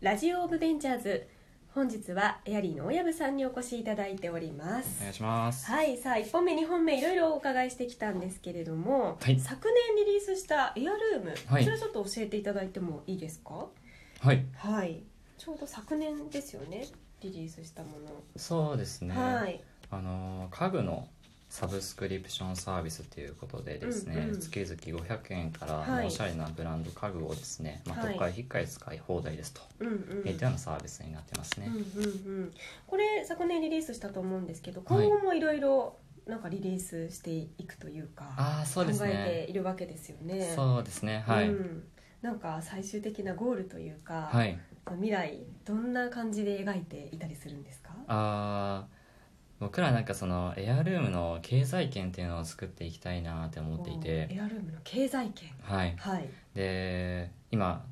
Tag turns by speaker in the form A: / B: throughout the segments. A: ラジオ・オブ・ベンチャーズ本日はエアリーの小籔さんにお越しいただいておりま
B: お
A: す
B: 願いします。
A: はいさあ1本目2本目いろいろお伺いしてきたんですけれども、
B: はい
A: 昨年リリースした「エアルーム、
B: はい
A: こちらちょっと教えていただいてもいいですか
B: はい、
A: はいちょうど昨年ですよねリリースしたもの、
B: そうですね。
A: はい
B: あの家具のサブスクリプションサービスということでですね、
A: うんうん
B: 月々500円から
A: はい
B: のおしゃれなブランド家具をですね、まあ
A: はい
B: 特価引っかえ使い放題ですと、
A: うんうん
B: いったようなサービスになってます
A: う
B: ね
A: ん。うんうん、これ昨年リリースしたと思うんですけど今後もいろいろなんかリリースしていくというか、
B: ああ、そうです
A: 考え
B: ね。
A: ているわけですよね。
B: そうですね。はい、
A: うん、なんか最終的なゴールというか、
B: はい。
A: 未来どんな感じで描いていたりするんですか？
B: ああ。僕らなんかそのエアルームの経済圏っていうのを作っていきたいなって思っていて、
A: エアルームの経済圏。
B: はい、
A: はい。
B: で今、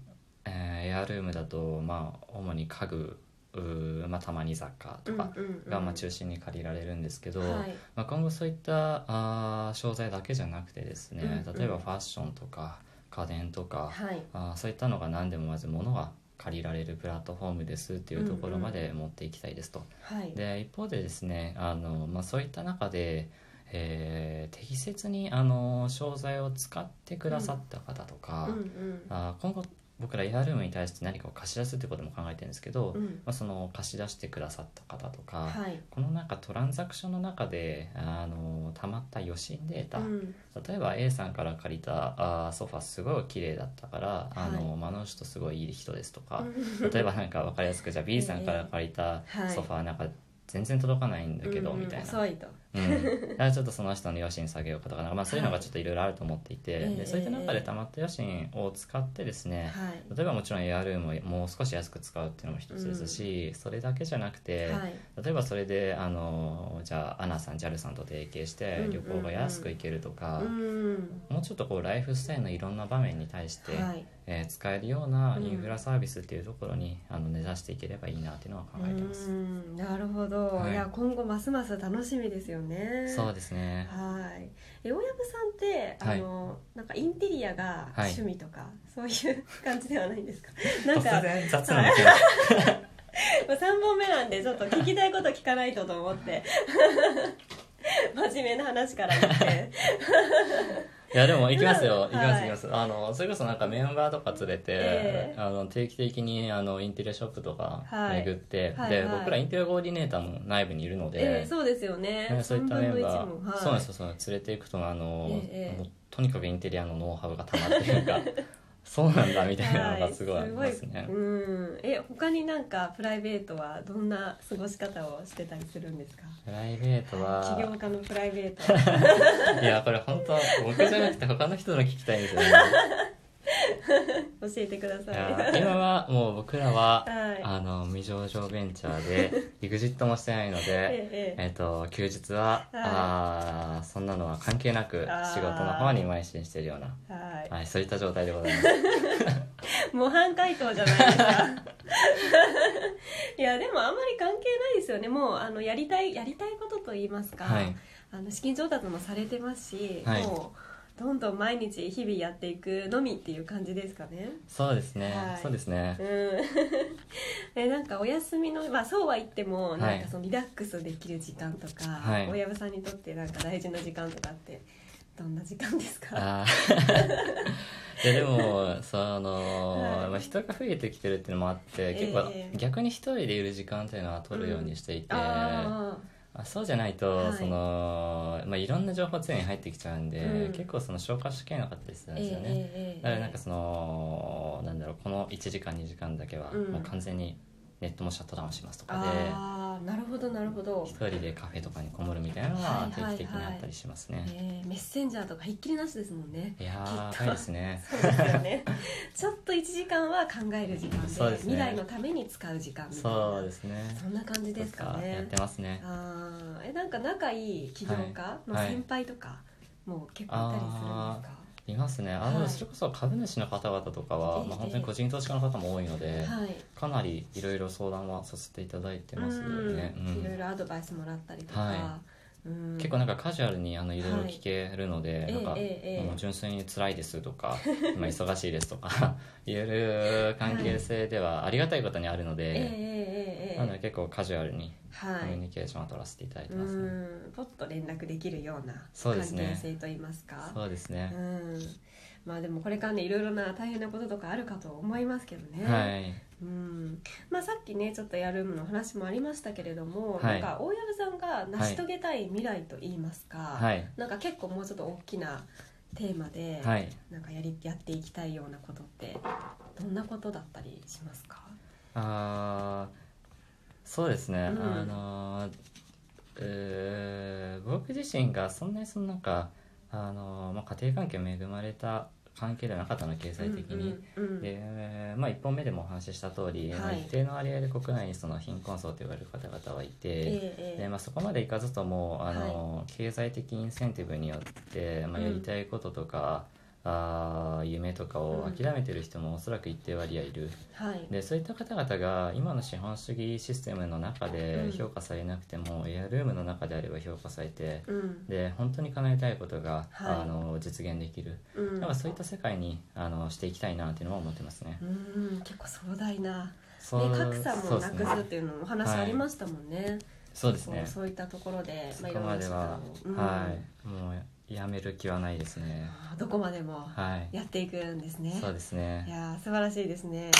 B: えーエアルームだと、まあ、主に家具、うーまあ、たまに雑貨とか
A: うんうんうん
B: が、まあ、中心に借りられるんですけど、
A: はい。
B: まあ、今後そういったあー商材だけじゃなくてですね、
A: うんうん
B: 例えばファッションとか家電とか、
A: はい。
B: あーそういったのが何でもまず物が借りられるプラットフォームですっていうところまで持っていきたいですと。
A: はい。
B: で一方でですねあの、まあ、そういった中で、えー適切にあの商材を使ってくださった方とか、
A: うんうん。
B: あー今後僕ら ARM に対して何かを貸し出すってことも考えてるんですけど、
A: う
B: ま
A: ん。
B: あ、その貸し出してくださった方とか、
A: はい。
B: このなんかトランザクションの中であのたまった余震データ、
A: うん
B: 例えば A さんから借りたあーソファすごい綺麗だったから、あの
A: は
B: まああの人すごいいい人ですと か、
A: うん
B: 例えばなんか分かりやすくじゃあ B さんから借りた
A: はい
B: ソファなんか全然届かないんだけど、
A: うんうん
B: みたいな。
A: 遅いと。
B: うん、だからちょっとその人の余震下げようかとかなんか、まあ、そういうのがちょっといろいろあると思っていて、
A: はいええ
B: でそういった中でたまった余震を使ってですね、
A: はい。
B: 例えばもちろん AR ももう少し安く使うっていうのも一つですし、それだけじゃなくて、
A: はい。
B: 例えばそれであのじゃあアナさん JAL さんと提携して
A: うん
B: 旅行が安く行けるとか、
A: うん。
B: もうちょっとこうライフスタイルのいろんな場面に対して、
A: はい。
B: えー使えるようなインフラサービスっていうところに、あの根ざしていければいいなっていうのは考えてます。
A: うんなるほど、、
B: はいい
A: や今後ますます楽しみですよね
B: そうですね
A: はいえ大藪さんってあ
B: はい
A: の、なんかインテリアが
B: はい
A: 趣味とか、そういう感じではないんです かなん
B: 突
A: か
B: 然雑なんですよ
A: まあ3本目なんでちょっと聞きたいこと聞かないとと思って 真面目な話から言 って
B: いやでも行きます
A: はい
B: よ、行きます行きますあのそれこそなんかメンバーとか連れて、
A: ええ
B: あの定期的にあのインテリアショップとか
A: はい
B: 巡って、
A: はい
B: で、
A: はい
B: 僕らインテリアコーディネーターも内部にいるの
A: え
B: で、
A: ーそうですよね
B: ねそういったメンバー、
A: 3分の1もはい
B: そうなんですよそうなんです連れていくとあの、
A: ええ
B: もうとにかくインテリアのノウハウがたまって るかそうなんだみたいなのがすごいありますね、
A: はいすごいうんえ他になんかプライベートはどんな過ごし方をしてたりするんですか
B: プライベートは
A: 起業家のプライベート
B: いやこれ本当僕じゃなくて他の人の聞きたいんですよね
A: 教えてくださ
B: い
A: い。
B: や今はもう僕らは、
A: はい
B: あの未上場ベンチャー で EXIT もしてないので
A: えええ
B: えっと休日は、
A: はい
B: あーそんなのは関係なく
A: あー
B: 仕事の方に邁進しているような、
A: え はい、
B: はい、そういった状態でござい ます
A: 模範解答じゃないですか。いやでもあんまり関係ないですよね。もうあのやりたいやりたいことと言いますか、
B: はい
A: あの資金調達もされてますし、
B: はい
A: もうどんどん毎日日々やっていくのみっていう感じですかね。
B: そうですね、
A: はい
B: そうですね
A: うん、 えなんかお休みのまあそうは言っても、
B: い
A: なんかそのリラックスできる時間とか、
B: はい
A: 親御さんにとってなんか大事な時間とかってどんな時間ですか？
B: あー いやでもその、
A: はい
B: まあ、人が増えてきてるっていうのもあって結構
A: ええ
B: 逆に一人でいる時間っていうのは取るようにしていて、
A: あ
B: あそうじゃないと、
A: はい
B: いそのまあ、いろんな情報常に入ってきちゃうんで、
A: うん
B: 結構その消化しきれなかったりする
A: あ、
B: ん
A: え
B: ですよ
A: え
B: ね、
A: ええええ
B: だからなんかそのなんだろうこの1時間2時間だけは
A: うん
B: もう完全にネットもシャットダウンしますとかで、
A: ああなるほどなるほど
B: 一、人でカフェとかにこもるみたいなの
A: は
B: はい定
A: はいはい
B: 期的にあったりしますね、
A: ええメッセンジャーとかひっきりなしですもんね
B: いやー
A: きっと
B: 深いですね
A: そうですよね ちょっと1時間は考える時間で
B: そうですね
A: 未来のために使う時間みたいな
B: そうですね
A: そんな感じですか
B: とやっ
A: ね
B: てますね
A: あーえなんか仲いい起業家の
B: はい
A: 先輩とかも結構いたりするんですか、
B: いますねあの、
A: はい
B: それこそ株主の方々とかは、
A: ええ
B: まあ、本当に個人投資家の方も多いので、
A: はい、
B: かなりいろいろ相談はさせていただいてますよね、
A: うん
B: うん
A: いろいろアドバイスもらったりとか、
B: は
A: うん
B: 結構なんかカジュアルにあのいろいろ聞けるので、
A: い
B: なんか、
A: ええええ
B: もう純粋に辛いです とか今忙しいですとか 言える関係性ではありがたいことにあるの
A: えええ
B: で、
A: えええ
B: なので結構カジュアルにコ
A: は
B: ミュ
A: い
B: ニケーションを取らせていただいて
A: う
B: ますね、
A: んポッと連絡できるような
B: そう
A: 関
B: ですね
A: 係性といいますか
B: そうですね
A: う、んまあでもこれからねいろいろな大変なこととかあるかと思いますけどね、
B: はい
A: うんまあ、さっきねちょっとやるの話もありましたけれども、
B: はい
A: なんか大藪さんが成し遂げたい未来といいますか、
B: はい
A: なんか結構もうちょっと大きなテーマで、
B: はい
A: なんかやりやっていきたいようなことってどんなことだったりしますか
B: あーそうですね、
A: うん
B: あのーえー僕自身がそんなにそのなんか、あのーまあ、家庭関係恵まれた関係ではなかったの経済的に、
A: うんうんうん
B: で、まあ、1本目でもお話しした通り、まあ
A: はい
B: 一定の割合で国内にその貧困層と呼ばれる方々はいて、
A: ええ
B: でまあ、そこまでいかずともあの、経済的インセンティブによって、まあ、
A: うん
B: やりたいこととか、あー夢とかを諦めてる人もおそらく一定割合いる、
A: はい
B: でそういった方々が今の資本主義システムの中で
A: うん
B: 評価されなくても、エアルームの中であれば評価されて
A: うん
B: で本当に叶えたいことが、
A: はい
B: あの実現できる。
A: うん
B: なんかそういった世界にあのしていきたいなっていうのは思ってますね。
A: うん結構壮大な、
B: そ
A: ね、
B: う
A: 格差
B: そ
A: も
B: うで
A: な
B: す
A: く
B: ね
A: すっていうのもお話ありましたもんね
B: そうですね。
A: そうそういったところで、
B: そこま
A: いろんな
B: では、
A: 力をうん
B: はい、もうやめる気はないですね。
A: あーどこまでも
B: はい、
A: やっていくんですね。
B: そうです
A: い
B: ね。
A: やー素晴らしいですね。はい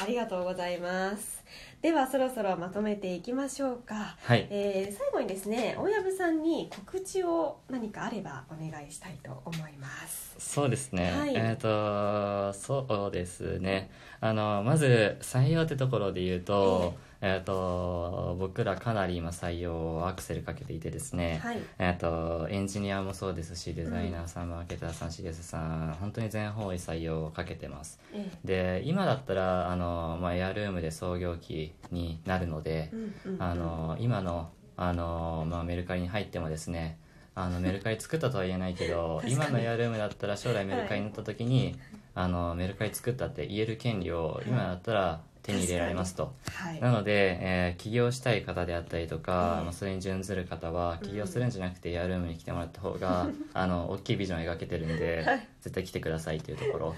A: ありがとうございます。ではそろそろまとめていきましょうか。
B: はい、
A: えー最後にですね、大藪さんに告知を何かあればお願いしたいと思います。
B: そうですね。
A: はい
B: えっ、とそうですね。あのまず採用ってところで言うと、えっ、と僕らかなり今採用をアクセルかけていてですね。
A: はい。
B: えっとエンジニアもそうですしデザイナーさんマーケターさん CS さん本当に全方位採用をかけてます
A: え
B: で今だったらあの、まあ、エアルームで創業期になるので
A: ー、うんうんうん
B: あの今のあの、まあ、メルカリに入ってもですねあのメルカリ作ったとは言えないけど
A: 確かに
B: 今のエアルームだったら将来メルカリになった時に、あのメルカリ作ったって言える権利を今だったら手に入れられますと。
A: はい。
B: なので、えー起業したい方であったりとか、
A: うん
B: まあ、それに準ずる方は起業するんじゃなくてエアルームに来てもらった方が、 あの大きいビジョンを描けてるんで、絶対来てくださいというと ころ
A: な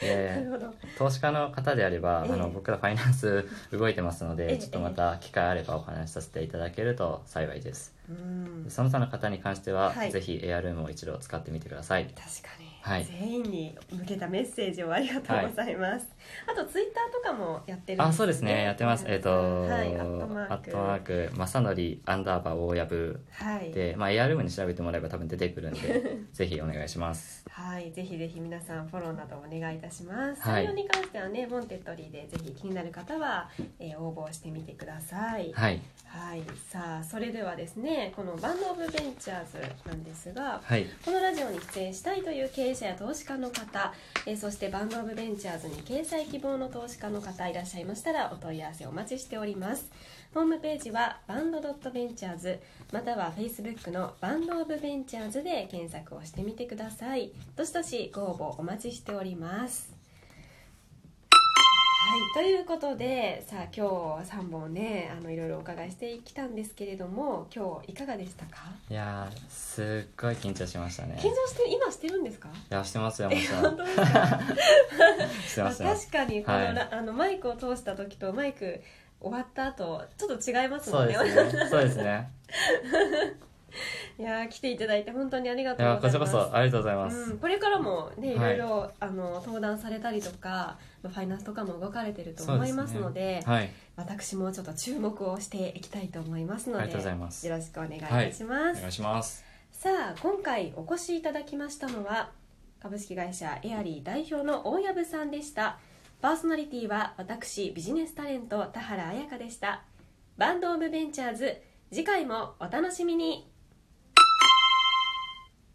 B: で
A: るほど。
B: 投資家の方であれば、
A: ええ
B: あの僕らファイナンス 動いてますので、
A: ええ
B: ちょっとまた機会あればお話しさせていただけると幸いです、
A: うん。
B: その他の方に関しては、
A: はい
B: ぜひエアルームを一度使ってみてください
A: 確かに、
B: はい
A: 全員に向けたメッセージをありがとうございます、あとツイッターとかもやってるん
B: あそうですねやってますえっ、と、
A: はいアットマー
B: アッ
A: ク
B: トマーク正則アンダーバー大藪
A: はい
B: で、まあ、エアルームに調べてもらえば多分出てくるん でぜひお願いします
A: はい、ぜひぜひ皆さんフォローなどお願いいたします。
B: はい
A: 採用に関してはね、モンテッドリーでぜひ気になる方は、えー応募してみてください。
B: はい
A: はい、さあそれではですね、このバンドオブベンチャーズなんですが、
B: はい
A: このラジオに出演したいという経営者や投資家の方、えーそしてバンド・オブ・ベンチャーズに掲載希望の投資家の方いらっしゃいましたらお問い合わせお待ちしておりますホームページはバンド・ドット・ベンチャーズまたは Facebook のバンド・オブ・ベンチャーズで検索をしてみてくださいどしどしご応募お待ちしておりますはい、ということでさあ今日3本ねあのいろいろお伺いしてきたんですけれども今日いかがでしたか
B: いやーすっごい緊張しましたね
A: 緊張して今してるんですか
B: いやし てますよもちろ
A: 本
B: ん
A: 当ですか
B: して
A: ま
B: ま
A: あ
B: すしてます
A: 確かにこのラ、
B: は
A: あのマイクを通した時とマイク終わった後ちょっと違います
B: そ
A: も
B: うんで
A: ね
B: すねそうですね
A: いやー来ていただいて本当にありが
B: い
A: とう
B: や
A: ご
B: こ
A: ざ
B: ち
A: い
B: ら
A: ま
B: こ
A: す
B: そありがとうございます、
A: うん、これからもねいろ
B: はい
A: いろ、あの登壇されたりとかまあファイナンスとかも動かれてると
B: そう
A: 思
B: で
A: い
B: すね
A: ますので
B: はい
A: 私もちょっと注目をしていきたいと思いますの
B: あ
A: で
B: りがとうございます
A: よろしくお願いいたしま
B: お
A: す、
B: 願いします
A: さあ今回お越しいただきましたのは株式会社エアリー代表の大藪さんでしたパーソナリティは私ビジネスタレント田原彩香でしたバンドオブベンチャーズ次回もお楽しみに